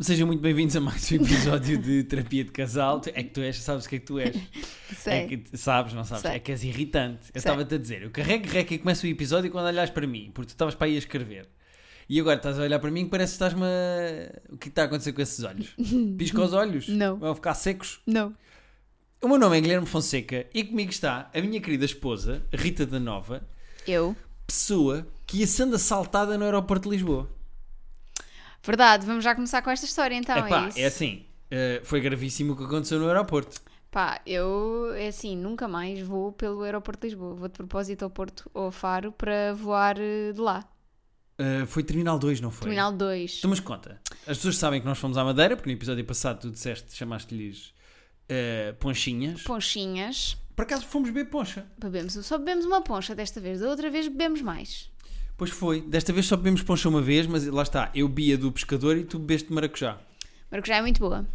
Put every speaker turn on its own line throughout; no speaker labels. Sejam muito bem-vindos a mais um episódio de Terapia de Casal. Tu- É que tu és, sabes o que é que tu és. É
Sei.
que tu- sabes, não sabes?
Sei.
É que és irritante. Eu
Sei.
estava-te a dizer, eu carrego rec e começo o episódio quando olhas para mim, porque tu estavas para aí a escrever. E agora estás a olhar para mim e parece que estás-me a... O que é que está a acontecer com esses olhos? Pisca os olhos?
Não.
Vão ficar secos?
Não.
O meu nome é Guilherme Fonseca e comigo está a minha querida esposa, Rita da Nova,
Eu.
pessoa que ia sendo assaltada no aeroporto de Lisboa.
Verdade, vamos já começar com esta história então,
Epá,
é isso?
é assim, eh, foi gravíssimo o que aconteceu no aeroporto.
Pá, eu, é assim, nunca mais vou pelo aeroporto de Lisboa. Vou de propósito ao Porto ou ao Faro para voar eh, de lá.
Eh, foi Terminal 2, não foi?
Terminal 2.
Então, mas conta. As pessoas sabem que nós fomos à Madeira, porque no episódio passado tu disseste, chamaste-lhes eh, ponchinhas.
Ponchinhas.
Por acaso fomos beber poncha.
Bebemos, só bebemos uma poncha desta vez. Da outra vez bebemos mais.
Pois foi. Desta vez só bebemos poncha uma vez, mas lá está. Eu bia do pescador e tu bebeste de maracujá.
Maracujá é muito boa.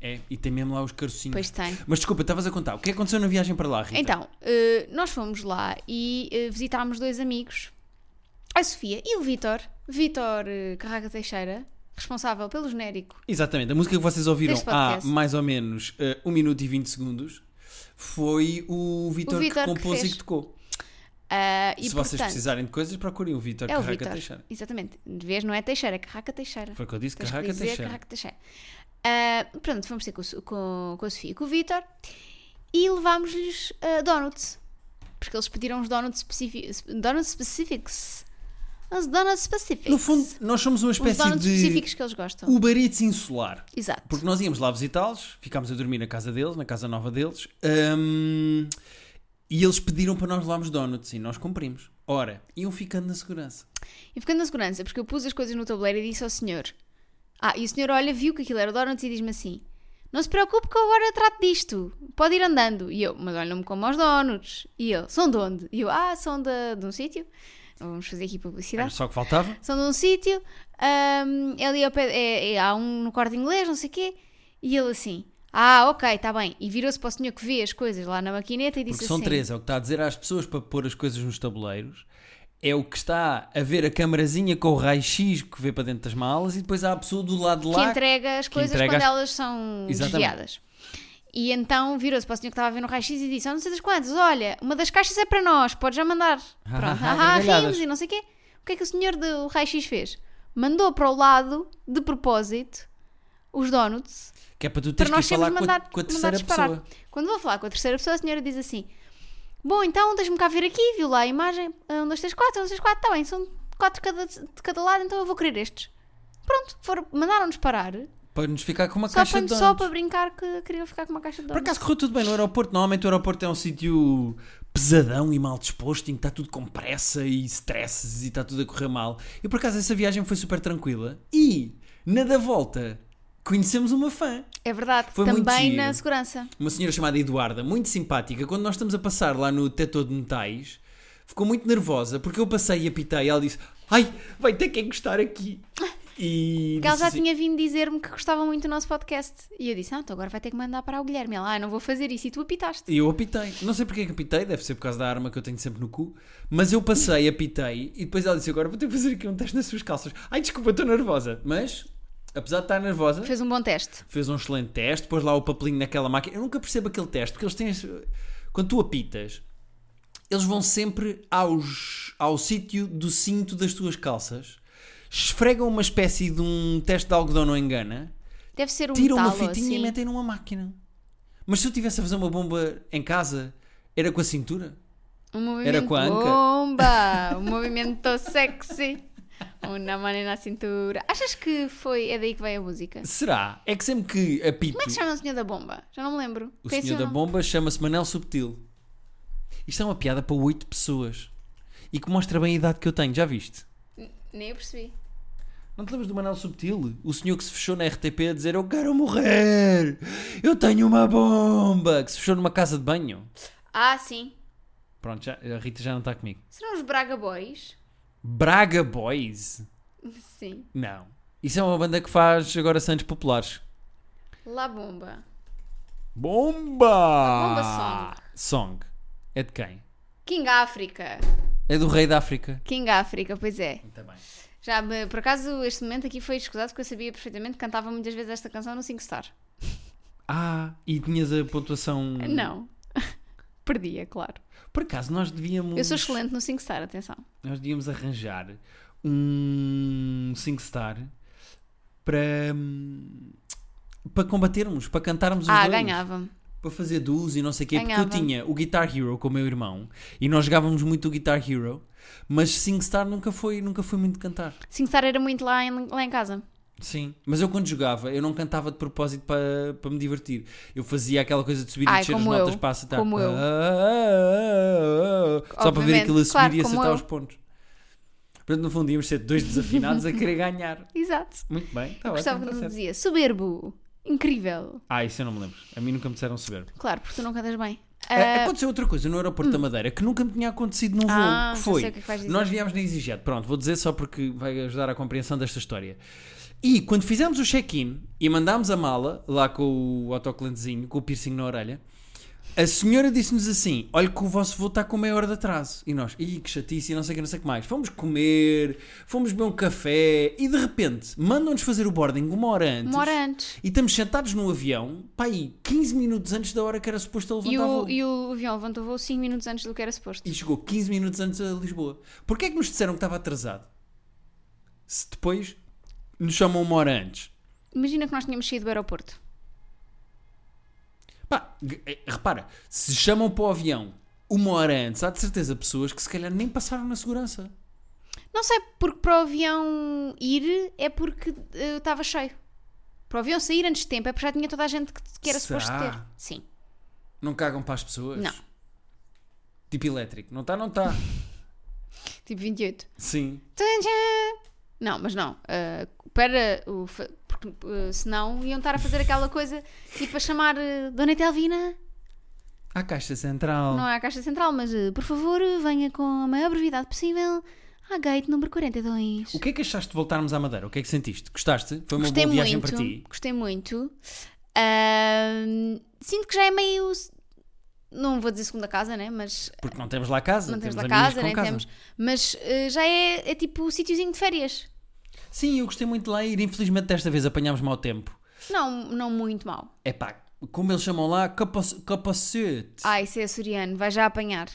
É, e tem mesmo lá os carocinhos.
Pois tem.
Mas desculpa, estavas a contar. O que é que aconteceu na viagem para lá, Rita?
Então, eh, nós fomos lá e eh, visitámos dois amigos, a Sofia e o Vítor. Vítor eh, Carraga Teixeira, responsável pelo genérico.
Exatamente. A música que vocês ouviram
Deste
há
podcast.
mais ou menos eh, 1 minuto e 20 segundos foi o Vitor que
Vítor que
compôs e
fez.
que tocou.
Ah, e
Se vocês
portanto,
precisarem de coisas, procurem o Vitor
É o
Carraca
Vítor.
Teixeira.
Exatamente. De vez não é Teixeira, é Carraca Teixeira.
Foi o que eu disse,
Tens que
Carraca
dizer
Teixeira.
Carraca Teixeira. Ah, pronto, fomos ter com, o Su- com, com a Sofia e com o Vítor e levámos-lhes ah, donuts. Porque eles pediram uns donuts, specifi- donuts specifics. Uns donuts specifics.
No fundo, nós somos uma
uns
espécie
donuts
de
específicos que eles gostam.
Uber Eats insular.
Exato.
Porque nós íamos lá visitá-los, ficámos a dormir na casa deles, na casa nova deles, hum, e eles pediram para nós levarmos donuts e nós cumprimos. Ora, iam ficando na segurança.
E ficando na segurança, porque eu pus as coisas no tabuleiro e disse ao senhor. Ah, e o senhor olha, viu que aquilo era donuts e diz-me assim: Não se preocupe que eu agora trato disto, pode ir andando. E eu, mas olha, não me como aos donuts. E ele, são de onde? E eu, ah, são de, de um sítio. Não Vamos fazer aqui
Era
publicidade.
só o que faltava.
São de um sítio, ahm, é ali ao pé, é- é- há um no corte inglês, não sei o quê. E ele assim: Ah, ok, está bem. E virou-se para o senhor que vê as coisas lá na maquineta e disse
Porque são
assim:
três, é o que está a dizer às pessoas para pôr as coisas nos tabuleiros. É o que está a ver a camarazinha com o raio-x que vê para dentro das malas e depois há a pessoa do lado de
que
lá.
entrega as
que
coisas
entrega
quando
as-
elas são
Exatamente.
desviadas. E então virou-se para o senhor que estava a ver no raio-x e disse: "Ah, não sei das quantas, olha, uma das caixas é para nós, pode já mandar. Pronto, ah,
gargalhadas.
rimos e não sei o quê. O que é que o senhor do raio-x fez? Mandou para o lado, de propósito, os donuts
Que é para tu teres
para
que ir
nós
falar
sermos
com a,
mandar,
com a
mandar
terceira
disparar.
pessoa.
Quando vou falar com a terceira pessoa, a senhora diz assim: Bom, então deixa-me cá ver aqui, viu lá a imagem? Ah, Um, dois, três, quatro, um, dois, três, quatro, está bem, são quatro de cada, de cada lado, então eu vou querer estes. Pronto, foram- mandaram-nos parar
Para nos ficar com uma
só
caixa
para,
de donuts.
só para brincar que queriam ficar com uma caixa de
Por
donuts.
acaso correu tudo bem no aeroporto? Normalmente o aeroporto é um sítio pesadão e mal disposto, em que está tudo com pressa e stresses e está tudo a correr mal. E por acaso essa viagem foi super tranquila. E, na da volta, conhecemos uma fã.
É verdade,
Foi muito
também
giro.
na segurança.
Uma senhora chamada Eduarda, muito simpática. Quando nós estamos a passar lá no detetor de metais, ficou muito nervosa porque eu passei e apitei e ela disse: Ai, vai ter que encostar aqui. E
Porque ela
disse
já
assim,
tinha vindo dizer-me que gostava muito do nosso podcast. E eu disse: Ah, então agora vai ter que mandar para o Guilherme. Ela, ah, não vou fazer isso. E tu apitaste.
E eu apitei. Não sei porque é que apitei, deve ser por causa da arma que eu tenho sempre no cu. Mas eu passei, apitei e depois ela disse: Agora vou ter que fazer aqui um teste nas suas calças. Ai, desculpa, estou nervosa. Mas, apesar de estar nervosa,
Fez um bom teste.
fez um excelente teste, pôs lá o papelinho naquela máquina. Eu nunca percebo aquele teste, porque eles têm. esse- Quando tu apitas, eles vão sempre aos, ao sítio do cinto das tuas calças, esfregam uma espécie de um teste de algodão, não engana,
Deve ser um
tiram uma
metal ou
fitinha e
assim.
metem numa máquina. Mas se eu estivesse a fazer uma bomba em casa, era com a cintura?
Um movimento
Era com a anca.
bomba. Um movimento sexy. Uma mano na cintura. Achas que foi. É daí que veio a música? Como
Será? É que sempre que apito.
é que se chama o senhor da bomba? Já não me lembro.
O
Tem
senhor
assim
da
um nome?
bomba chama-se Manel Subtil. Isto é uma piada para oito pessoas. E que mostra bem a idade que eu tenho, já viste?
Nem eu percebi.
Não te lembras do Manel Subtil? O senhor que se fechou na RTP a dizer Eu quero morrer! Eu tenho uma bomba! Que se fechou numa casa de banho.
Ah, sim.
Pronto, já- a Rita já não está comigo.
Serão os Braga Boys?
Braga Boys?
Sim.
Não. Isso é uma banda que faz agora Santos Populares.
La Bomba.
Bomba!
Bomba
Song. É de quem?
King África.
É do Rei da África.
King África, pois é.
Muito bem.
Já, me- por acaso, este momento aqui foi escusado porque eu sabia perfeitamente que cantava muitas vezes esta canção no 5 Star.
Ah, e tinhas a pontuação.
Não. Perdia, claro.
Por acaso nós devíamos.
Eu sou excelente no 5 Star, atenção.
Nós devíamos arranjar um 5 star para. hum, para combatermos, para cantarmos os
ah,
dois.
ganhava-me.
Para fazer duos e não sei o quê.
Ganhava.
Porque eu tinha o Guitar Hero com o meu irmão e nós jogávamos muito o Guitar Hero, mas 5 star nunca foi, nunca foi muito cantar.
5 Star era muito lá em, lá em casa.
Sim, mas eu quando jogava, eu não cantava de propósito para, para me divertir. Eu fazia aquela coisa de subir
Ai,
e descer as
como
notas
eu,
para acertar.
como eu.
Ah, ah, ah, ah, ah. Só para ver
Obviamente,
aquilo a subir
claro,
e
como
acertar
eu.
os pontos. Portanto, no fundo, íamos ser dois desafinados a querer ganhar.
Exato.
Muito bem, está Ah, ótimo, está
Gostava quando ele
certo.
dizia soberbo, incrível.
Ah, isso eu não me lembro. A mim nunca me disseram saber.
Claro, porque tu não cantas bem.
Ah,
Ah,
Aconteceu outra coisa no aeroporto da Madeira que nunca me tinha acontecido num voo.
Hum. Ah,
que
já
foi.
sei o que é que vais dizer.
Nós viemos na EasyJet. Pronto, vou dizer só porque vai ajudar à compreensão desta história. E quando fizemos o check-in e mandámos a mala lá com o autocolantezinho, com o piercing na orelha, a senhora disse-nos assim: Olha, que o vosso voo está com meia hora de atraso. E nós, ih, que chatice, e não sei o que, não sei o que mais. Fomos comer, fomos beber um café e de repente mandam-nos fazer o boarding uma hora antes.
uma hora antes.
E estamos sentados no avião, pá, aí 15 minutos antes da hora que era suposto ele levantar
E
voo.
o, e o avião levantou o voo 5 minutos antes do que era suposto.
E chegou 15 minutos antes a Lisboa. Porquê é que nos disseram que estava atrasado? Se depois nos chamam uma hora antes.
Imagina que nós tínhamos saído do aeroporto.
Pá, g- eh, repara, se chamam para o avião uma hora antes, há de certeza pessoas que se calhar nem passaram na segurança.
Não sei, porque para o avião ir é porque eh, estava cheio. Para o avião sair antes de tempo é porque já tinha toda a gente que, que era
Será?
suposto ter. Sim.
Não cagam para as pessoas.
Não.
Tipo elétrico. Não está, não tá. está.
Tipo 28.
Sim.
Tadã! Não, mas não. ah, para o. fa- Porque ah, senão iam estar a fazer aquela coisa tipo a chamar ah, Dona Telvina.
À Caixa Central.
Não é a Caixa Central, mas ah, por favor venha com a maior brevidade possível à gate número 42.
O que é que achaste de voltarmos à Madeira? O que é que sentiste? Gostaste? Foi uma
Gostei
boa viagem
muito.
para ti?
Gostei muito. Ahm, sinto que já é meio. Não vou dizer segunda casa, né? Mas.
Porque não temos lá casa.
Não temos lá
amigos
casa,
com
nem
casa.
temos. Mas ah, já é, é tipo o sítiozinho de férias.
Sim, eu gostei muito de lá ir. Infelizmente desta vez apanhámos mau tempo.
Não, não muito mal.
É pá, como eles chamam lá? Capac- Capacete.
Ah, isso é açoriano, vai já apanhar.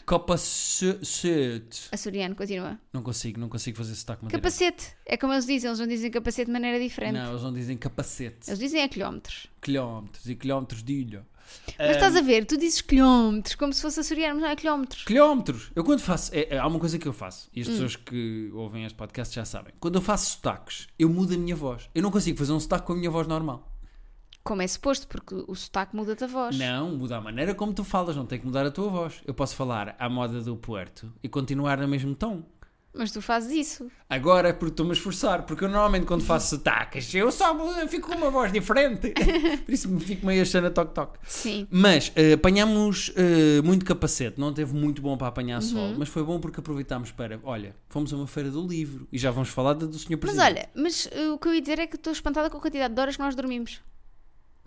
Capacete.
Açoriano, continua.
Não consigo, não consigo fazer sotaque madeirense.
Capacete. É como eles dizem, eles não dizem capacete de maneira diferente.
Não, eles não dizem capacete.
Eles dizem é quilómetros.
Quilómetros e quilómetros de ilha.
Mas estás a ver, tu dizes quilómetros, como se fosse açoriano, mas não é quilómetros.
Quilómetros! Eu quando faço. é- é- há uma coisa que eu faço, e as
Hum.
pessoas que ouvem este podcast já sabem. Quando eu faço sotaques, eu mudo a minha voz. Eu não consigo fazer um sotaque com a minha voz normal.
Como é suposto, porque o sotaque muda-te a voz.
Não, muda a maneira como tu falas, não tem que mudar a tua voz. Eu posso falar à moda do Porto e continuar no mesmo tom.
Mas tu fazes isso.
Agora é porque estou-me a esforçar, porque eu normalmente quando faço sotaques eu só mu- fico com uma voz diferente. Por isso me fico meio achando a toque-toque.
Sim.
Mas eh, apanhámos eh, muito capacete, não teve muito bom para
Uhum.
apanhar sol, mas foi bom porque aproveitámos para. Olha, fomos a uma feira do livro e já vamos falar da do Sr.
Mas
Presidente.
olha, mas uh, o que eu ia dizer é que estou espantada com a quantidade de horas que nós dormimos.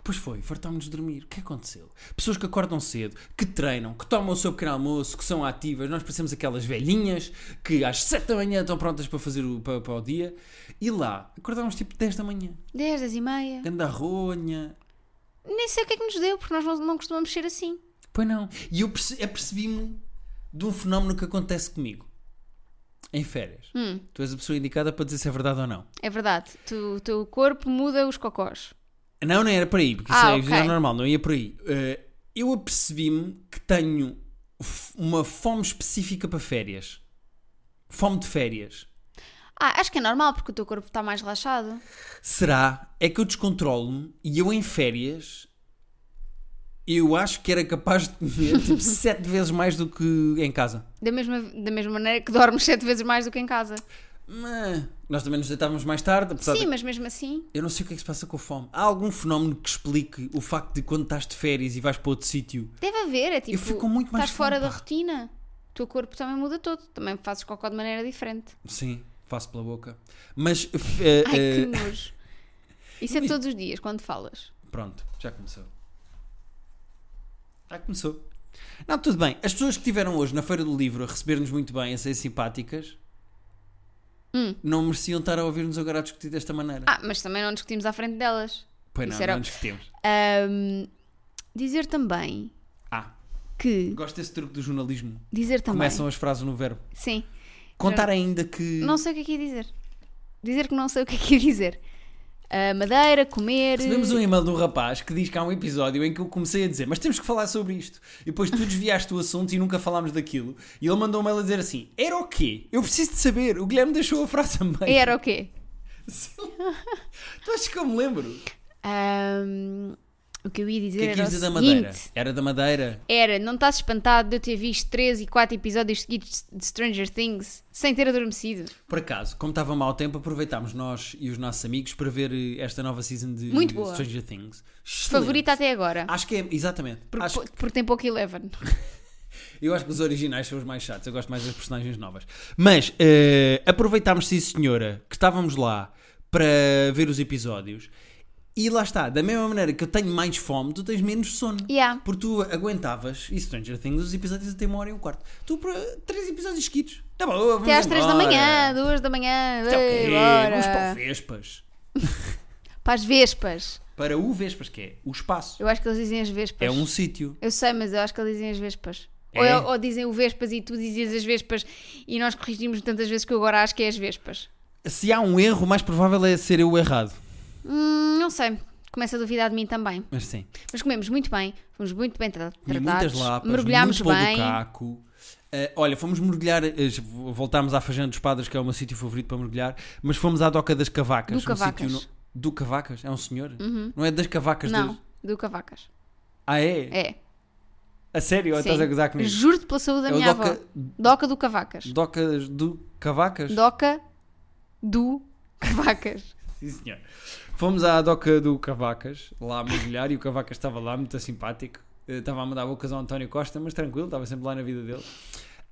Pois foi, fartámos de dormir. O que aconteceu? Pessoas que acordam cedo, que treinam, que tomam o seu pequeno almoço, que são ativas. Nós parecemos aquelas velhinhas que às 7 da manhã estão prontas para fazer o, para, para o dia. E lá, acordámos tipo 10 da manhã.
10, 10 e meia.
Ganda ronha.
Nem sei o que é que nos deu, porque nós não, não costumamos ser assim.
Pois não. E eu perce- apercebi-me de um fenómeno que acontece comigo. Em férias.
Hum.
Tu és a pessoa indicada para dizer se é verdade ou não.
É verdade. Tu- O teu corpo muda os cocós.
Não, não era por aí, porque
Ah,
isso é é
ok.
normal, não ia por aí. Eh, eu apercebi-me que tenho f- uma fome específica para férias. Fome de férias.
Ah, acho que é normal, porque o teu corpo está mais relaxado.
Será? É que eu descontrolo-me e eu em férias eu acho que era capaz de comer tipo, sete vezes mais do que em casa.
Da mesma, da mesma maneira que dormes sete vezes mais do que em casa.
Mas Nós também nos deitávamos mais tarde, apesar de
Sim, mas mesmo assim.
Eu não sei o que é que se passa com a fome. Há algum fenómeno que explique o facto de quando estás de férias e vais para outro sítio?
Deve haver, é tipo.
fico muito mais
estás fora
fome,
da
pá.
rotina. O teu corpo também muda todo. Também fazes cocó de maneira diferente.
Sim, faço pela boca. Mas. f- eh,
Ai, que
eh,
nojo. Isso é todos os dias, quando falas.
Pronto, já começou. Já começou. Não, tudo bem. As pessoas que estiveram hoje na Feira do Livro a receber-nos muito bem, a ser simpáticas, não mereciam estar a ouvir-nos agora a discutir desta maneira.
Hum. Ah, mas também não discutimos à frente delas.
pois não,
isso era-
não discutimos.
Ahm, dizer também
Ah,
que.
gosto desse truque do jornalismo.
Dizer também.
Começam as frases no verbo.
Sim.
Contar ainda que
Não sei o que é que ia dizer. Dizer que não sei o que é que ia dizer. Ah, madeira, comer.
Recebemos um e-mail de um rapaz que diz que há um episódio em que eu comecei a dizer, mas temos que falar sobre isto. E depois tu desviaste o assunto e nunca falámos daquilo. E ele mandou um e-mail a dizer assim: era o quê? Eu preciso de saber. O Guilherme deixou a frase a meio.
Era o quê?
Tu achas que eu me lembro?
Ahm, o que eu ia
O
dizer
que é que
era.
ias
o
dizer da
seguinte.
Madeira? Era da Madeira.
Era, não estás espantado de eu ter visto 3 e 4 episódios seguidos de Stranger Things sem ter adormecido?
Por acaso, como estava mau tempo, aproveitámos nós e os nossos amigos para ver eh, esta nova season de
Muito boa.
Stranger Things. Excelente.
Favorita até agora.
Acho que é, exatamente.
porque,
Acho- Hum,
po- porque tem pouco Eleven.
Eu acho que os originais são os mais chatos, eu gosto mais das personagens novas. Mas eh, aproveitámos, sim senhora, que estávamos lá para ver os episódios e lá está, da mesma maneira que eu tenho mais fome, tu tens menos sono.
Yeah.
Porque tu aguentavas, e Stranger Things, os episódios até uma hora e um quarto. Tu, para três episódios seguidos. Tá bom, vamos
Até às 3 da
embora.
manhã, 2 da manhã,
Isto é o
ei,
quê?
bora.
Vamos para o Vespas.
Para as Vespas.
Para o Vespas, que é o espaço.
Eu acho que eles dizem as Vespas.
É um sítio.
Eu sei, mas eu acho que eles dizem as Vespas.
É?
Ou, eu- ou dizem o Vespas e tu dizias as Vespas e nós corrigimos tantas vezes que eu agora acho que é as Vespas.
Se há um erro, o mais provável é ser eu errado.
Hum, não sei. Começo a duvidar de mim também.
Mas sim.
Mas comemos muito bem, fomos muito bem tra-
Comi
tratados,
muitas lapas,
mergulhámos
muito bem.
bem.
caco. Eh, olha, fomos mergulhar, eh, voltámos à Fajã dos Padres, que é o meu sítio favorito para mergulhar, mas fomos à Doca das Cavacas.
Do
um
Cavacas. Uhum.
sítio no- Do Cavacas? É um senhor? Não é das Cavacas? das-
Não, do Cavacas.
Ah, é?
É.
A sério? Ou
sim.
estás a gozar comigo?
Juro-te pela saúde da
É o
minha
Doca-
avó. Doca do Cavacas.
Docas do Cavacas?
Doca do Cavacas.
Sim, senhor. Fomos à Doca do Cavacas, lá a mergulhar, e o Cavacas estava lá, muito simpático. Eh, Estava a mandar bocas ao António Costa, mas tranquilo, estava sempre lá na vida dele.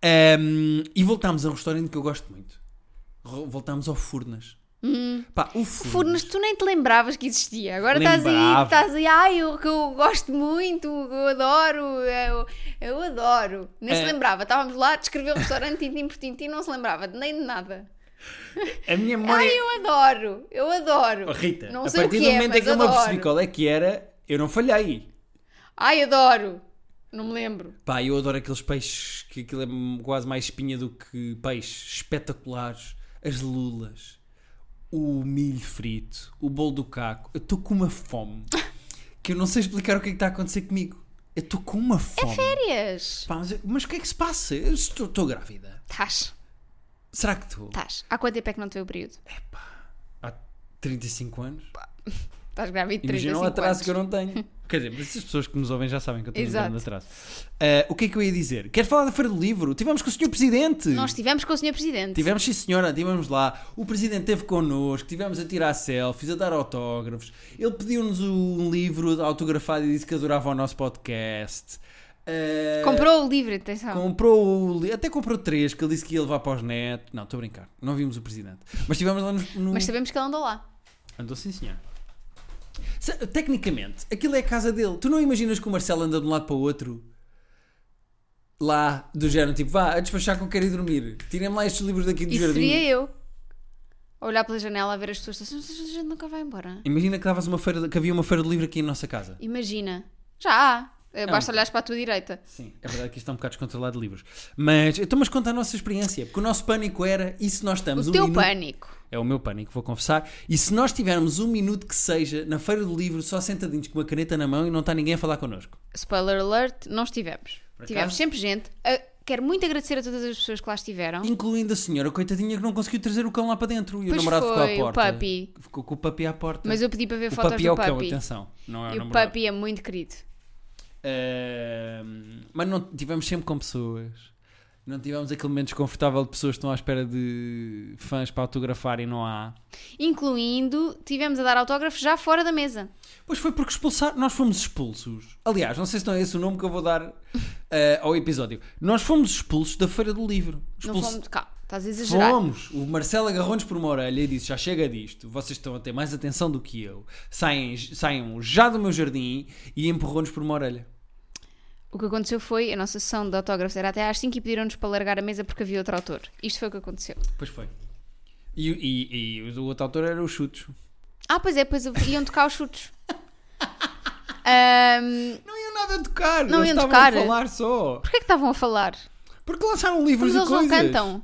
Ehm, e voltámos a um restaurante que eu gosto muito. Ro- Voltámos ao Furnas.
Hum.
Pá, o Furnas.
Furnas, tu nem te lembravas que existia. Agora estás aí,
Lembrava.
estás aí, ai, eu, que eu gosto muito, que eu adoro, eu, eu adoro. Nem se
É.
lembrava, estávamos lá, descreveu o restaurante tintim por tintim, não se lembrava de nem de nada.
A minha
Ai,
memória.
eu adoro, eu adoro.
Oh, Rita,
não
a
sei o
partir
que
do
é,
momento em
mas
que eu me apercebi
adoro.
qual é que era, eu não falhei.
Ai, adoro. Não me lembro.
Pá, eu adoro aqueles peixes que aquilo é quase mais espinha do que peixe. Espetaculares. As lulas. O milho frito. O bolo do caco. Eu estou com uma fome que eu não sei explicar o que é que está a acontecer comigo. Eu estou com uma fome.
É Férias.
Pá, mas, eu- mas o que é que se passa? Eu estou estou grávida.
Estás,
Será que estou?
estás. Há quanto tempo é que não te veio o período?
Há 35 anos?
Estás grávida de
Imagina
35
o atraso
anos.
que eu não tenho. Quer dizer, mas as pessoas que nos ouvem já sabem que eu tenho
Exato.
um grande atraso. Ah, o que é que eu ia dizer? Quero falar da Feira do Livro. Tivemos com o Sr. Presidente.
Nós estivemos com o Sr. Presidente.
Tivemos, sim senhora, tivemos lá. O presidente esteve connosco, tivemos a tirar selfies, a dar autógrafos. Ele pediu-nos um livro autografado e disse que adorava o nosso podcast. Eh,
Comprou o livro, atenção.
comprou o li- até comprou três, que ele disse que ia levar para os netos. Não, estou a brincar, não vimos o presidente. Mas estivemos lá no. no-
Mas sabemos que ele andou lá.
Andou sim, senhor. Se- Tecnicamente, aquilo é a casa dele. Tu não imaginas que o Marcelo anda de um lado para o outro? Lá, do género, tipo, vá, a despachar que eu quero ir dormir. Tirem-me lá estes livros daqui do
E
um jardim.
seria eu. A olhar pela janela a ver as pessoas, assim, mas a gente nunca vai embora.
Imagina que, davas uma feira, de- que havia uma feira de livro aqui em nossa casa.
Imagina. Já há. Eh, Basta
Ah.
olhares para a tua direita.
Sim, é verdade que isto está um bocado descontrolado de livros. Mas então, mas conta a nossa experiência, porque o nosso pânico era, e se nós estamos
O
um
teu
minuto.
pânico.
É o meu pânico, vou confessar. E se nós tivermos um minuto que seja na feira do livro, só sentadinhos com uma caneta na mão e não está ninguém a falar connosco.
Spoiler alert, não estivemos.
Por
Tivemos
acaso?
sempre gente. Ah, quero muito agradecer a todas as pessoas que lá estiveram.
Incluindo a senhora coitadinha que não conseguiu trazer o cão lá para dentro e
Pois
o namorado ficou
foi, o
à porta.
puppy.
Ficou com o papi à porta.
Mas eu pedi para ver
o
fotos
papi é
do
o cão,
papi.
atenção. Não é
e
o
o
namorado.
papi é muito querido.
Ahm, mas não tivemos sempre com pessoas. Não tivemos aquele momento desconfortável de pessoas que estão à espera de fãs para autografar e não há.
Incluindo, tivemos a dar autógrafos já fora da mesa.
Pois foi porque expulsar, nós fomos expulsos. Aliás, não sei se não é esse o nome que eu vou dar eh, ao episódio. Nós fomos expulsos da Feira do Livro.
Não
Expulsos.
fomos. Cá, estás a exagerar.
Fomos! O Marcelo agarrou-nos por uma orelha e disse: Já chega disto, vocês estão a ter mais atenção do que eu. Saem, saiam já do meu jardim e empurrou-nos por uma orelha.
O que aconteceu foi, a nossa sessão de autógrafos era até às 5 e pediram-nos para largar a mesa porque havia outro autor. Isto foi o que aconteceu.
Pois foi. E, e, e o outro autor era os chutos.
Ah, pois é, depois iam tocar os chutes. Ahm,
Não iam nada a tocar,
Não
eles
iam
estavam
tocar.
a falar só.
Porquê é que estavam a falar?
Porque lançaram livros
Mas
e
eles não
coisas.
cantam.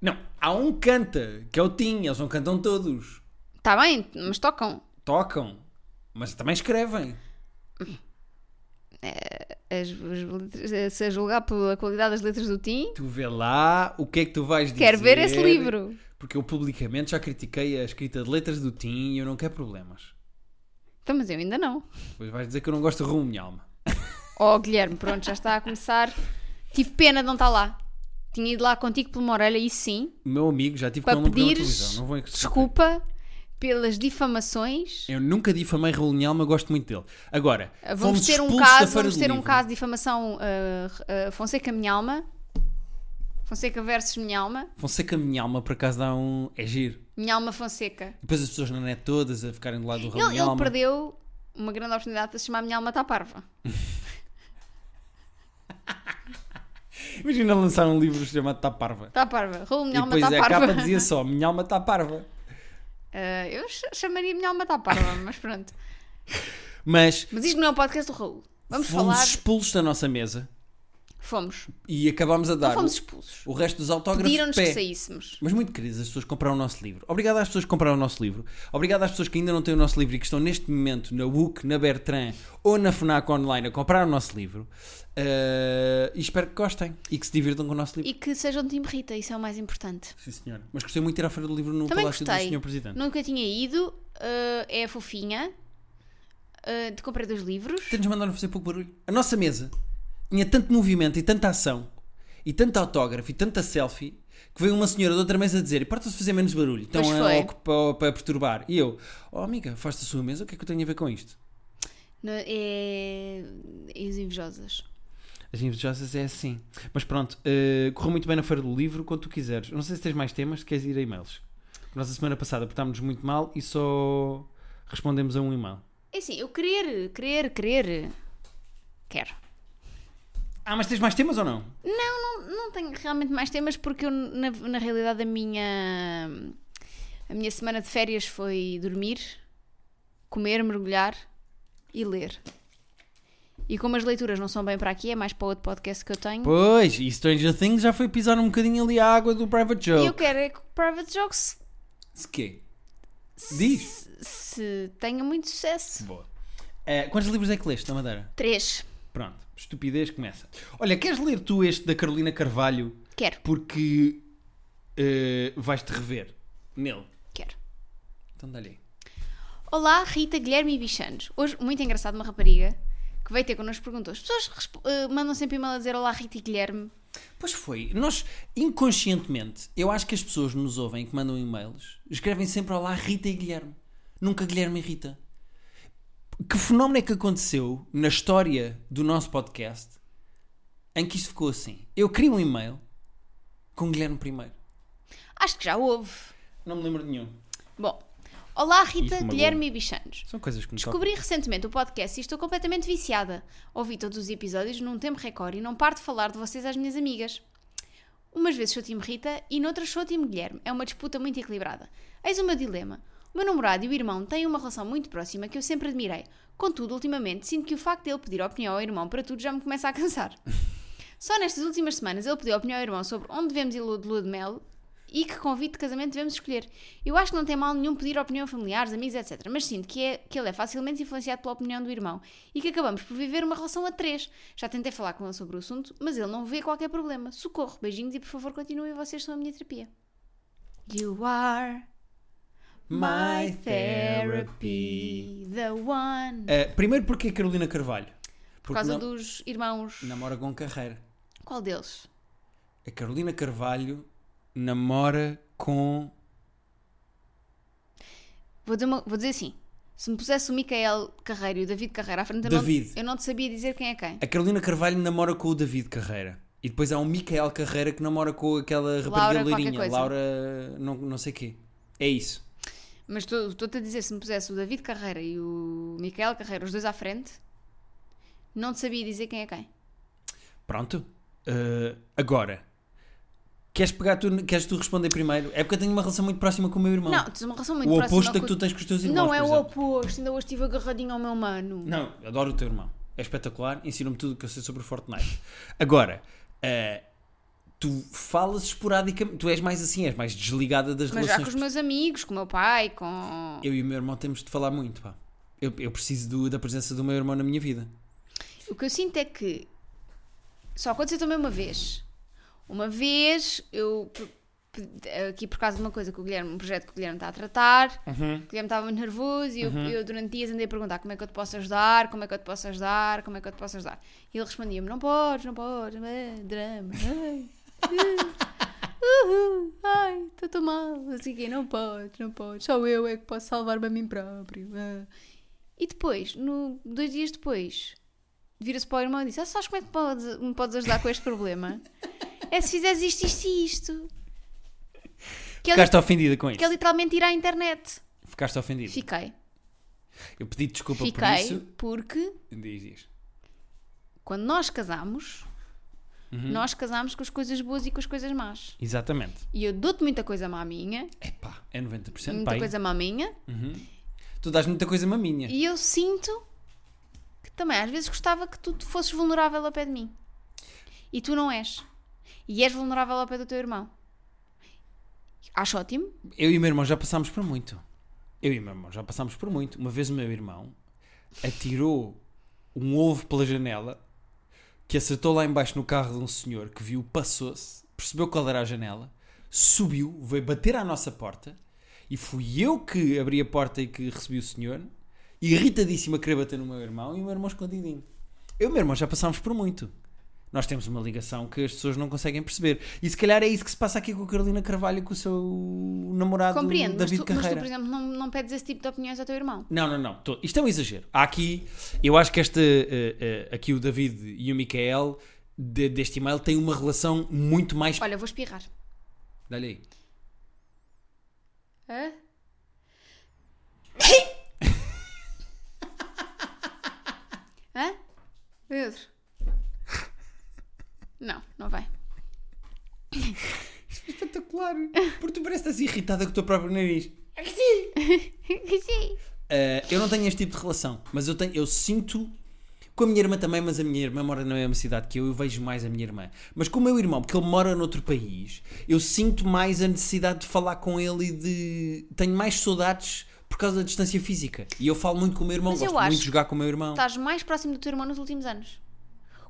Não, há um que canta, que é o Tim, eles não cantam todos.
Está Tá bem, mas tocam.
Tocam, mas também escrevem.
As- as letras- eh, se a julgar pela qualidade das letras do Tim,
Tu vê lá o que é que tu vais dizer.
quero ver esse livro.
Porque eu publicamente já critiquei a escrita de letras do Tim e eu não quero problemas.
Então, mas eu ainda não.
Depois vais dizer que eu não gosto de rumo, minha alma.
Oh, Guilherme, pronto, já está a começar. Tive pena de não estar lá. Tinha ido lá contigo por uma orelha e sim,
O meu amigo já tive
Para
com ele no programa de
pedires
televisão. Não vou em-
desculpa pelas difamações.
Eu nunca difamei Raul Nhalma, gosto muito dele. Agora,
Vamos
fomos
ter um
expulsos da
caso,
Feira
vamos
do
ter um
Livro.
caso de difamação uh, uh, Fonseca Minha Alma. Fonseca versus Minha Alma.
Fonseca Minha Alma, por acaso, dá um. É giro.
Minha Alma Fonseca.
Depois as pessoas na net todas a ficarem do lado do Raul
Ele, ele
Nhalma.
perdeu uma grande oportunidade de se chamar Minha Alma Tá Parva.
Imagina lançar um livro chamado Tá Parva.
Tá Parva. Raul Minha
e
Alma
depois é
Tá
a capa
Parva.
dizia só: Minha Alma Tá Parva.
Uh, eu ch- chamaria Minha Alma Tá Parva, mas pronto.
Mas
Mas isto não é um podcast do Raul. Vamos
fomos
falar.
expulsos da nossa mesa
Fomos.
e acabámos a
Não
dar
Então fomos expulsos.
o, o resto dos autógrafos.
Pediram-nos
pé.
que saíssemos.
Mas muito queridas, as pessoas que compraram o nosso livro. Obrigado às pessoas que compraram o nosso livro. Obrigado às pessoas que ainda não têm o nosso livro e que estão neste momento na WUC, na Bertrand ou na FNAC online a comprar o nosso livro. Ah, e espero que gostem e que se divirtam com o nosso livro.
E que sejam de time Rita, isso é o mais importante.
Sim, senhora. Mas gostei muito de ir à Feira do Livro no
Também
Palácio
gostei.
do Senhor Presidente.
Nunca tinha ido, uh, é fofinha. Uh, te comprei dois livros.
Até nos mandaram fazer pouco barulho. A nossa mesa tinha tanto movimento e tanta ação e tanto autógrafo e tanta selfie que veio uma senhora de outra mesa dizer: importa-se fazer menos barulho, estão
Pois
a
foi.
ocupar para perturbar. E eu: Oh, amiga, faz a sua mesa, o que é que eu tenho a ver com isto?
No- é... E os invejosas.
As invejosas é assim. Mas pronto, eh, correu muito bem na Feira do Livro, quando tu quiseres. Não sei se tens mais temas, se queres ir a e-mails. Nós, a semana passada, portámos-nos muito mal e só respondemos a um e-mail.
É assim, eu querer, querer, querer. Quero.
Ah, mas tens mais temas ou não?
Não, não tenho realmente mais temas porque eu, na, na realidade, a minha. A minha semana de férias foi dormir, comer, mergulhar e ler. E como as leituras não são bem para aqui, é mais para outro podcast que eu tenho.
Pois, e Stranger Things já foi pisar um bocadinho ali a água do Private
E
Joe.
eu quero é que o Private Jokes
Se quê? Diz.
se, se tenha muito sucesso.
Boa. Eh, quantos livros é que leste na Madeira?
Três.
Pronto, estupidez começa. Olha, queres ler tu este da Carolina Carvalho?
Quero,
Porque eh, vais-te rever nele.
quero.
Então dá-lhe aí.
Olá, Rita, Guilherme e Bichanos. Hoje, muito engraçado, uma rapariga que veio ter connosco perguntou. As pessoas resp- eh, mandam sempre e-mail a dizer Olá, Rita e Guilherme.
Pois foi. Nós, inconscientemente, eu acho que as pessoas que nos ouvem, que mandam e-mails, escrevem sempre Olá Rita e Guilherme. Nunca Guilherme e Rita. Que fenómeno é que aconteceu na história do nosso podcast em que isto ficou assim? Eu crio um e-mail com Guilherme primeiro.
Acho que já houve.
Não me lembro de nenhum.
Bom, Olá, Rita,
Isso magoou.
Guilherme e Bichanos.
São coisas que me tocam.
Descobri recentemente o podcast e estou completamente viciada. Ouvi todos os episódios num tempo recorde e não paro de falar de vocês às minhas amigas. Umas vezes sou time Rita e noutras sou time Guilherme. É uma disputa muito equilibrada. Eis o meu dilema. O meu namorado e o irmão têm uma relação muito próxima que eu sempre admirei. Contudo, ultimamente, sinto que o facto dele pedir opinião ao irmão para tudo já me começa a cansar. Só nestas últimas semanas ele pediu opinião ao irmão sobre onde devemos ir lua de lua de mel e que convite de casamento devemos escolher. Eu acho que não tem mal nenhum pedir opinião a familiares, amigos, etc. Mas sinto que, é, que ele é facilmente influenciado pela opinião do irmão e que acabamos por viver uma relação a três. Já tentei falar com ele sobre o assunto, mas ele não vê qualquer problema. Socorro, beijinhos e por favor continuem, vocês são a minha terapia. You are my therapy, the one.
Uh, primeiro porque é Carolina Carvalho. Porque
Por causa
na-
dos irmãos.
namora com carreira.
Qual deles?
A Carolina Carvalho namora com.
Vou dizer, uma- vou dizer assim: se me pusesse o Micael Carreiro e o David Carreiro à frente, eu não-
David.
eu não te sabia dizer quem é quem.
A Carolina Carvalho namora com o David Carreira. E depois há um Micael Carreira que namora com aquela
Laura
rapariga
qualquer
loirinha,
coisa.
Laura não, não sei quê. É isso.
Mas estou- estou-te a dizer: se me pusesse o David Carreira e o Micael Carreira, os dois à frente, não te sabia dizer quem é quem.
Pronto. Uh, agora, Queres, pegar tu, queres tu responder primeiro? É porque eu tenho uma relação muito próxima com o meu irmão.
Não, tens uma relação muito
o
próxima.
oposto da que
com-
tu tens com os teus irmãos.
Não é
por
o
exemplo.
oposto. Ainda hoje estive agarradinho ao meu mano.
Não, eu adoro o teu irmão. É espetacular, ensina-me tudo o que eu sei sobre Fortnite. Agora, eh, tu falas esporadicamente, tu és mais assim, és mais desligada das
Mas já
relações.
com os meus amigos, com o meu pai, com.
Eu e o meu irmão temos de falar muito, pá. Eu, eu preciso do- da presença do meu irmão na minha vida.
O que eu sinto é que só aconteceu também uma vez. Uma vez eu p- p- aqui por causa de uma coisa que o Guilherme, um projeto que o Guilherme está a tratar, o Guilherme estava muito nervoso e eu, eu durante dias andei a perguntar como é que eu te posso ajudar, como é que eu te posso ajudar, como é que eu te posso ajudar. E ele respondia-me, não podes, não podes, ah, drama, ai, ah, uhul, ai, estou tão mal, não sei o quê, não podes, não podes, só eu é que posso salvar-me a mim próprio. ah." E depois, no, dois dias depois, vira-se para o irmão e diz: Ah, sabes como é que podes- me podes ajudar com este problema? É se fizeres isto, isto e isto. Que é, li-
Ficaste ofendida com isso?
que é literalmente ir à internet.
Ficaste ofendida.
Fiquei.
Eu pedi desculpa por
Fiquei
isso.
porque
Diz, diz.
quando nós casamos,
Uhum.
nós casamos com as coisas boas e com as coisas más.
Exatamente.
E eu dou-te muita coisa má minha,
Epá, é 90%.
muita
pai.
coisa má minha,
Tu dás muita coisa maminha.
e eu sinto que também às vezes gostava que tu te fosses vulnerável ao pé de mim. E tu não és. E és vulnerável ao pé do teu irmão. Acho ótimo,
Eu e o meu irmão já passámos por muito. Eu e o meu irmão já passámos por muito. Uma vez o meu irmão atirou um ovo pela janela que acertou lá embaixo no carro de um senhor que viu, passou-se, percebeu qual era a janela, subiu, veio bater à nossa porta e fui eu que abri a porta e que recebi o senhor, irritadíssimo a querer bater no meu irmão e o meu irmão escondidinho. Eu e o meu irmão já passámos por muito. Nós temos uma ligação que as pessoas não conseguem perceber. E se calhar é isso que se passa aqui com a Carolina Carvalho e com o seu namorado
Compreendo, mas
David
tu, mas
Carreira.
tu, por exemplo, não, não pedes esse tipo de opiniões ao teu irmão.
Não, não, não. Tô- Isto é um exagero. Há aqui, eu acho que esta, eh, eh, aqui o David e o Micael de- deste e-mail têm uma relação muito mais.
Olha, vou espirrar.
Dá-lhe aí.
Hã? Hã? Pedro? Não, não vai.
Espetacular. Porque tu pareces assim irritada com o teu próprio nariz.
Sim.
Eh, eu não tenho este tipo de relação, mas eu, tenho, eu sinto. Com a minha irmã também, mas a minha irmã mora na mesma cidade que eu, eu vejo mais a minha irmã. Mas com o meu irmão, porque ele mora noutro país, eu sinto mais a necessidade de falar com ele e de. Tenho mais saudades por causa da distância física. E eu falo muito com o meu irmão,
Mas eu
gosto muito
acho Tá.
de jogar com o meu irmão.
Estás mais próximo do teu irmão nos últimos anos.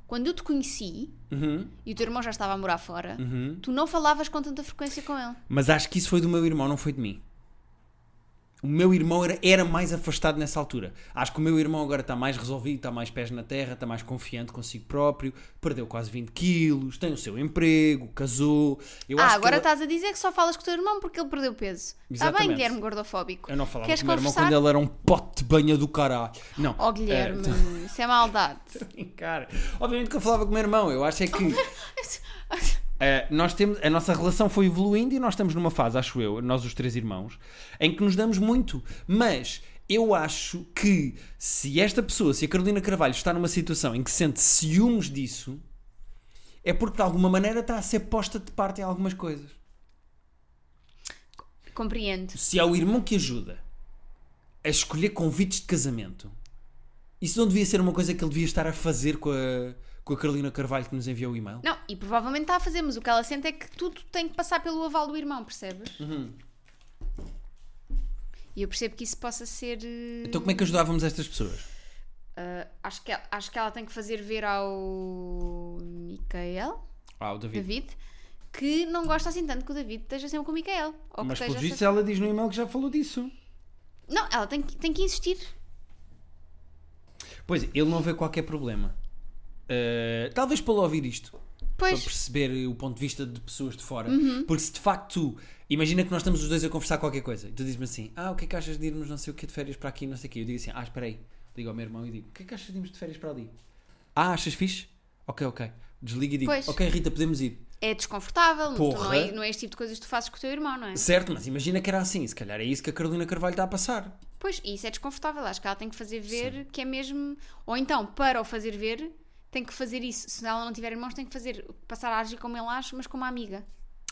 Quando eu te conheci
Uhum,
e o teu irmão já estava a morar fora,
uhum.
tu não falavas com tanta frequência com ele.
Mas acho que isso foi do meu irmão, não foi de mim. O meu irmão era, era mais afastado nessa altura. Acho que o meu irmão agora está mais resolvido, está mais pés na terra, está mais confiante consigo próprio, perdeu quase 20 quilos, tem o seu emprego, casou. Eu
ah,
acho que
agora
ele-
estás a dizer que só falas com o teu irmão porque ele perdeu peso. Está bem,
Exatamente.
Guilherme gordofóbico.
Eu não falava
Queres
com o meu irmão
conversar?
quando ele era um pote de banha do caralho. Não.
Oh, Guilherme,
eh,
isso é maldade.
tô a brincar. Obviamente que eu falava com o meu irmão, eu acho é que. Uh, nós temos, a nossa relação foi evoluindo e nós estamos numa fase, acho eu, nós os três irmãos, em que nos damos muito. Mas eu acho que se esta pessoa, se a Carolina Carvalho está numa situação em que sente ciúmes disso, é porque de alguma maneira está a ser posta de parte em algumas coisas.
Compreendo.
Se há o irmão que ajuda a escolher convites de casamento, isso não devia ser uma coisa que ele devia estar a fazer com a, com a Carolina Carvalho que nos enviou o e-mail?
Não, e provavelmente está a fazer, mas o que ela sente é que tudo tem que passar pelo aval do irmão, percebes?
Uhum.
E eu percebo que isso possa ser. eh,
Então como é que ajudávamos estas pessoas?
ah, acho, que ela, acho que ela tem que fazer ver ao. Micael,
Ah, o David.
David, que não gosta assim tanto que o David esteja sempre com o Micael. Ou
Mas
que
pelo
esteja
visto ela diz no e-mail que já falou disso.
sempre- Não, ela tem que, tem que insistir.
Pois, ele não vê qualquer problema. Uh, talvez para ele ouvir isto, para
Pois, Uhum.
perceber o ponto de vista de pessoas de fora. Porque se de facto, imagina que nós estamos os dois a conversar qualquer coisa e tu dizes-me assim: Ah, o que é que achas de irmos não sei o que de férias para aqui, não sei o que. Eu digo assim: Ah, espera aí. Ligo ao meu irmão e digo: O que é que achas de irmos de férias para ali? Ah, achas fixe? Ok, ok. Desligo e digo:
Pois.
Ok, Rita, podemos ir.
é desconfortável, tu não, é,
Porra.
não é este tipo de coisas que tu fazes com o teu irmão, não é?
Certo, mas imagina que era assim. Se calhar é isso que a Carolina Carvalho está a passar.
Pois, e isso é desconfortável. Acho que ela tem que fazer ver que é mesmo. Ou então, para o fazer ver, tem que fazer isso. Se ela não tiver irmãos, tem que fazer. Passar a agir como ele age, mas como uma amiga.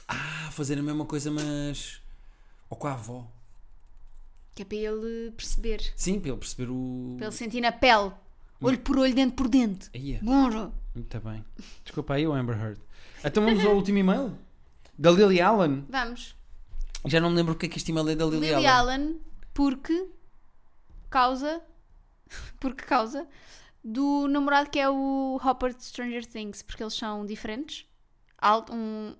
Ah, fazer a mesma coisa, mas. Ou com a avó.
Que é para ele perceber.
Sim, para ele perceber o.
Para ele sentir na pele. Olho por olho, dente por dente.
Aí Hum. é.
Bora!
Muito bem. Desculpa aí, o Amber Heard. Então vamos ao último e-mail? Da Lily Allen.
Vamos.
Já não me lembro porque é que este e-mail é da Lily,
Lily Allen. porque causa porque causa do namorado que é o Hopper de Stranger Things, porque eles são diferentes. Alto, um.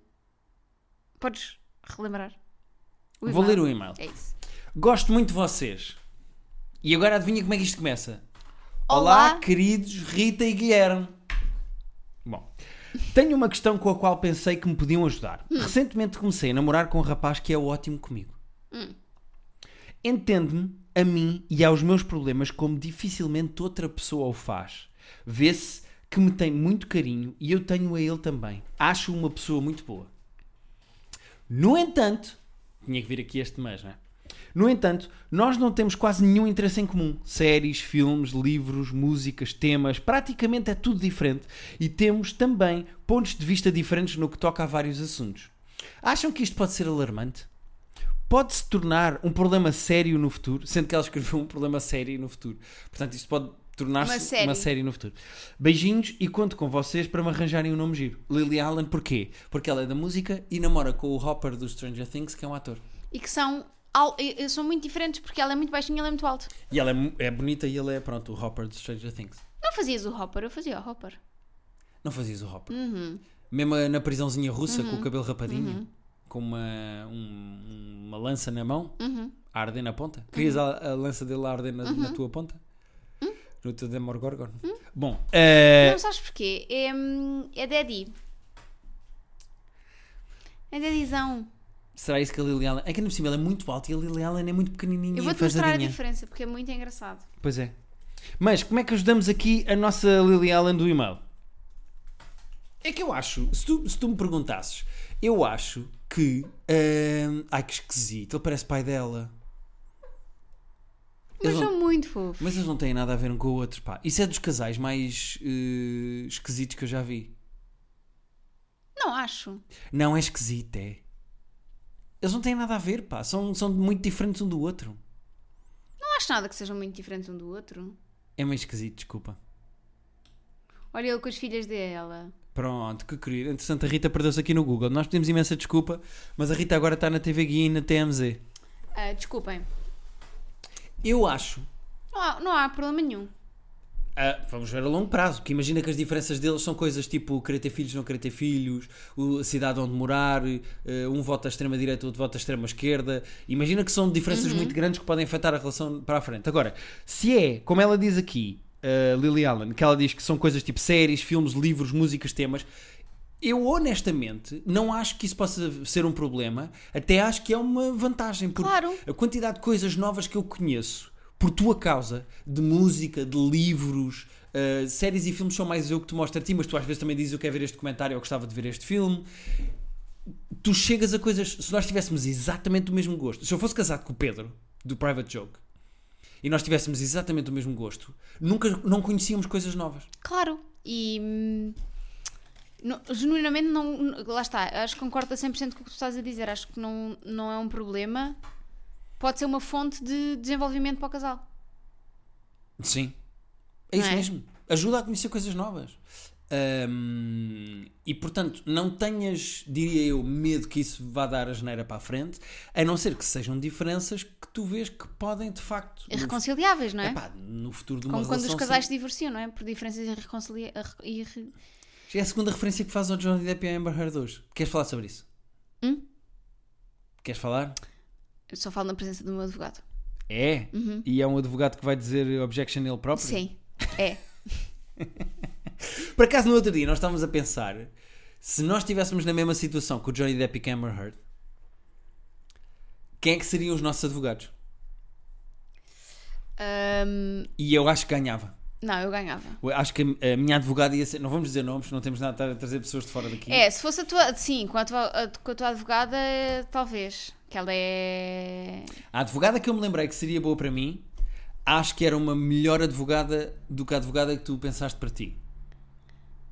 Podes relembrar? O
Vou
e-mail.
ler um o e-mail.
É isso.
Gosto muito de vocês. E agora adivinha como é que isto começa?
Olá.
queridos Rita e Guilherme. Bom, tenho uma questão com a qual pensei que me podiam ajudar. Recentemente comecei a namorar com um rapaz que é ótimo comigo. Entende-me, a mim e aos meus problemas como dificilmente outra pessoa o faz. Vê-se que me tem muito carinho e eu tenho a ele também. Acho uma pessoa muito boa. No entanto, tinha que vir aqui este mas, não é? No entanto, nós não temos quase nenhum interesse em comum. Séries, filmes, livros, músicas, temas, praticamente é tudo diferente e temos também pontos de vista diferentes no que toca a vários assuntos. Acham que isto pode ser alarmante? Pode se tornar um problema sério no futuro, sendo que ela escreveu um problema sério no futuro. Portanto, isto pode tornar-se
Uma
uma
série.
série. no futuro. Beijinhos e conto com vocês para me arranjarem um nome giro. Lily Allen, porquê? Porque ela é da música e namora com o Hopper do Stranger Things, que é um ator.
E que são, al- e- e são muito diferentes porque ela é muito baixinha e ele é muito alto.
E ela é, mu- é bonita e ele é, pronto, o Hopper de Stranger Things.
Não fazias o Hopper, eu fazia o Hopper.
Não fazias o Hopper.
Uhum.
Mesmo na prisãozinha russa, com o cabelo rapadinho, com uma, um- uma lança na mão,
Uhum.
a arder na ponta. Querias a, a lança dele a arder na, na tua ponta?
Hum?
No teu Demogorgon? Bom, eh,
Não sabes porquê? É, hum, é Daddy. É Daddyzão.
será isso que a Lily Allen... É que ainda por cima ela é muito alta e a Lily Allen é muito pequenininha
Eu
e
vou-te mostrar a
fazadinha.
diferença porque é muito engraçado.
Pois é. Mas como é que ajudamos aqui a nossa Lily Allen do e-mail? É que eu acho, se tu, se tu me perguntasses, eu acho que. hum, ai que esquisito, ele parece pai dela.
Mas
Eles
são
não-
muito fofos.
Mas eles não têm nada a ver um com o outro, pá. Isso é dos casais mais eh, esquisitos que eu já vi.
Não acho.
Não é esquisito, é. Eles não têm nada a ver, pá. São, são muito diferentes um do outro.
Não acho nada que sejam muito diferentes um do outro.
É meio esquisito, desculpa.
Olha ele com as filhas dela.
Pronto, que querido. Entretanto, a Rita perdeu-se aqui no Google. Nós pedimos imensa desculpa, mas a Rita agora está na TV Guia e na TMZ.
Ah, desculpem.
Eu acho.
Não há, não há problema nenhum.
ah, vamos ver a longo prazo, porque imagina que as diferenças deles são coisas tipo querer ter filhos, não querer ter filhos, o- a cidade onde morar, eh, um vota à extrema-direita, outro vota à extrema-esquerda. Imagina que são diferenças muito grandes que podem afetar a relação para a frente. Agora, se é, como ela diz aqui, eh, Lily Allen, que ela diz que são coisas tipo séries, filmes, livros, músicas, temas, Eu honestamente não acho que isso possa ser um problema, até acho que é uma vantagem, porque
Claro.
a quantidade de coisas novas que eu conheço por tua causa, de música, de livros, uh, séries e filmes são mais eu que te mostro a ti, mas tu às vezes também dizes eu quero ver este comentário, eu gostava de ver este filme. Tu chegas a coisas, se nós tivéssemos exatamente o mesmo gosto, se eu fosse casado com o Pedro, do Private Joke, e nós tivéssemos exatamente o mesmo gosto, nunca não conhecíamos coisas novas.
Claro. E. hum, não- genuinamente não. não- Lá está. Acho que concordo a 100% com o que tu estás a dizer. Acho que não, não é um problema. Pode ser uma fonte de desenvolvimento para o casal.
Sim. É isso
Não é?
mesmo. Ajuda a conhecer coisas novas. Ahm, e portanto, não tenhas, diria eu, medo que isso vá dar a geneira para a frente, a não ser que sejam diferenças que tu vês que podem de facto. no-
Irreconciliáveis, É não é?
Epá, no futuro de uma
Como quando
relação.
os casais
sim.
se divorciam, não é? Por diferenças irreconcilia- irre- irre-
É a segunda referência que faz ao Johnny Depp e à Amber Heard hoje. Queres falar sobre isso?
Hum?
Queres falar?
Eu Só falo na presença do meu advogado.
É. E é um advogado que vai dizer objection ele próprio?
Sim. É.
Por acaso, no outro dia, nós estávamos a pensar se nós estivéssemos na mesma situação que o Johnny Depp e Cameron Heard, quem é que seriam os nossos advogados?
Hum,
E eu acho que ganhava.
não, eu ganhava.
Eu acho que a a minha advogada ia ser. Não vamos dizer nomes, não temos nada a estar a trazer pessoas de fora daqui.
É, se fosse a tua. Sim, com a tua, a- com a tua advogada, talvez. Que ela é.
A advogada que eu me lembrei que seria boa para mim, acho que era uma melhor advogada do que a advogada que tu pensaste para ti.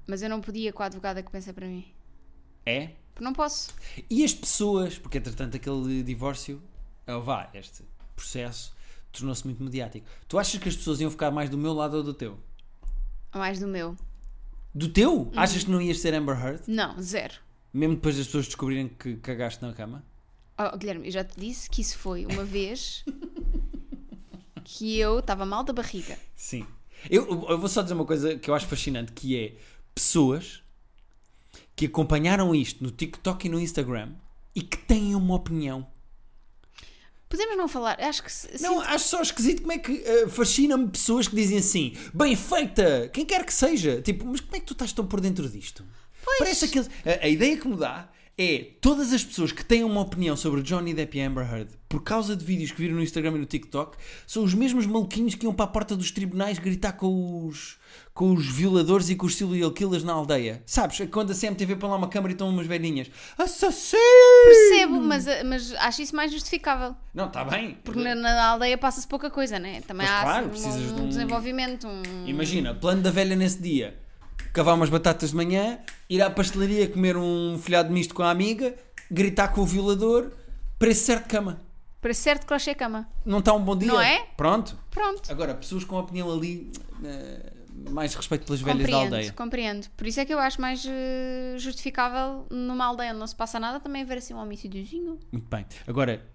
Mas eu não podia com a advogada que pensa para mim.
É?
porque não posso.
E as pessoas, porque entretanto aquele divórcio, ou vá, este processo, tornou-se muito mediático. Tu achas que as pessoas iam ficar mais do meu lado ou do teu?
Mais do meu.
Do teu? Achas que não ias ser Amber Heard?
Não, zero.
Mesmo depois das pessoas descobrirem que cagaste na cama?
Oh, Guilherme, eu já te disse que isso foi uma vez que eu estava mal da barriga.
Sim. Eu, eu vou só dizer uma coisa que eu acho fascinante, que é pessoas que acompanharam isto no TikTok e no Instagram e que têm uma opinião.
Podemos não falar, acho que se,
Não, acho só esquisito como é que eh, fascina-me pessoas que dizem assim, bem feita, quem quer que seja. Tipo, mas como é que tu estás tão por dentro disto? Parece aquele... A, a ideia que me dá é todas as pessoas que têm uma opinião sobre Johnny Depp e Amber Heard por causa de vídeos que viram no Instagram e no TikTok são os mesmos maluquinhos que iam para a porta dos tribunais gritar com os, com os violadores e com os serial killers na aldeia. Sabes? É Quando a CMTV põe lá uma câmara e estão umas velhinhas. Assassino!
percebo, mas, mas acho isso mais justificável.
Não, está bem.
Porque é na, na aldeia passa-se pouca coisa, né? Também
Mas
há
claro,
assim,
precisas
um,
de um-
desenvolvimento. Um...
Imagina, plano da velha nesse dia. Cavar umas batatas de manhã, ir à pastelaria comer um folhado misto com a amiga, gritar com o violador, preço certo de cama.
Para certo, crochê-cama.
Não está um bom dia.
Não é?
Pronto.
Pronto.
Agora, pessoas com opinião ali, eh, mais respeito pelas velhas da
Compreendo,
aldeia.
compreendo. Por isso é que eu acho mais eh, justificável numa aldeia onde não se passa nada também haver assim um homicídiozinho.
Muito bem. Agora,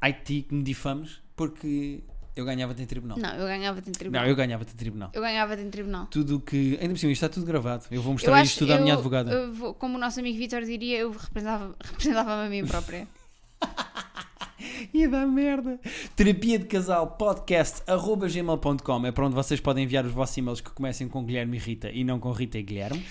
Haiti que me difames porque eu ganhava-te em tribunal.
Não, eu ganhava-te em
Não,
tribunal.
eu ganhava-te em tribunal.
Eu ganhava-te em tribunal.
Tudo o que. Ainda por cima, isto está tudo gravado. Eu vou
eu
mostrar isto tudo à minha
eu-
advogada.
eu vou- como o nosso amigo Vitor diria, eu representava- representava-me a mim própria.
Ia dar merda. Terapia de Casal Podcast arroba gmail.com é para onde vocês podem enviar os vossos e-mails que comecem com Guilherme e Rita e não com Rita e Guilherme.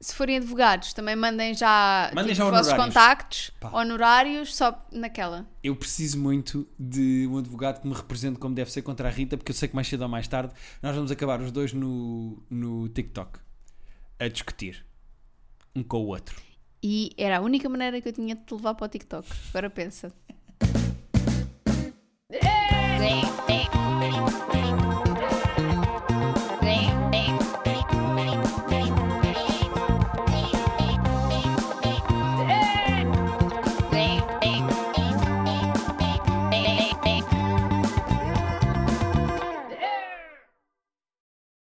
Se forem advogados, também mandem já,
Mandem
tipo,
já
os vossos
honorários.
contactos,
Pá.
honorários, só naquela.
Eu preciso muito de um advogado que me represente como deve ser contra a Rita, porque eu sei que mais cedo ou mais tarde nós vamos acabar os dois no, no TikTok a discutir um com o outro.
E era a única maneira que eu tinha de te levar para o TikTok. Agora pensa.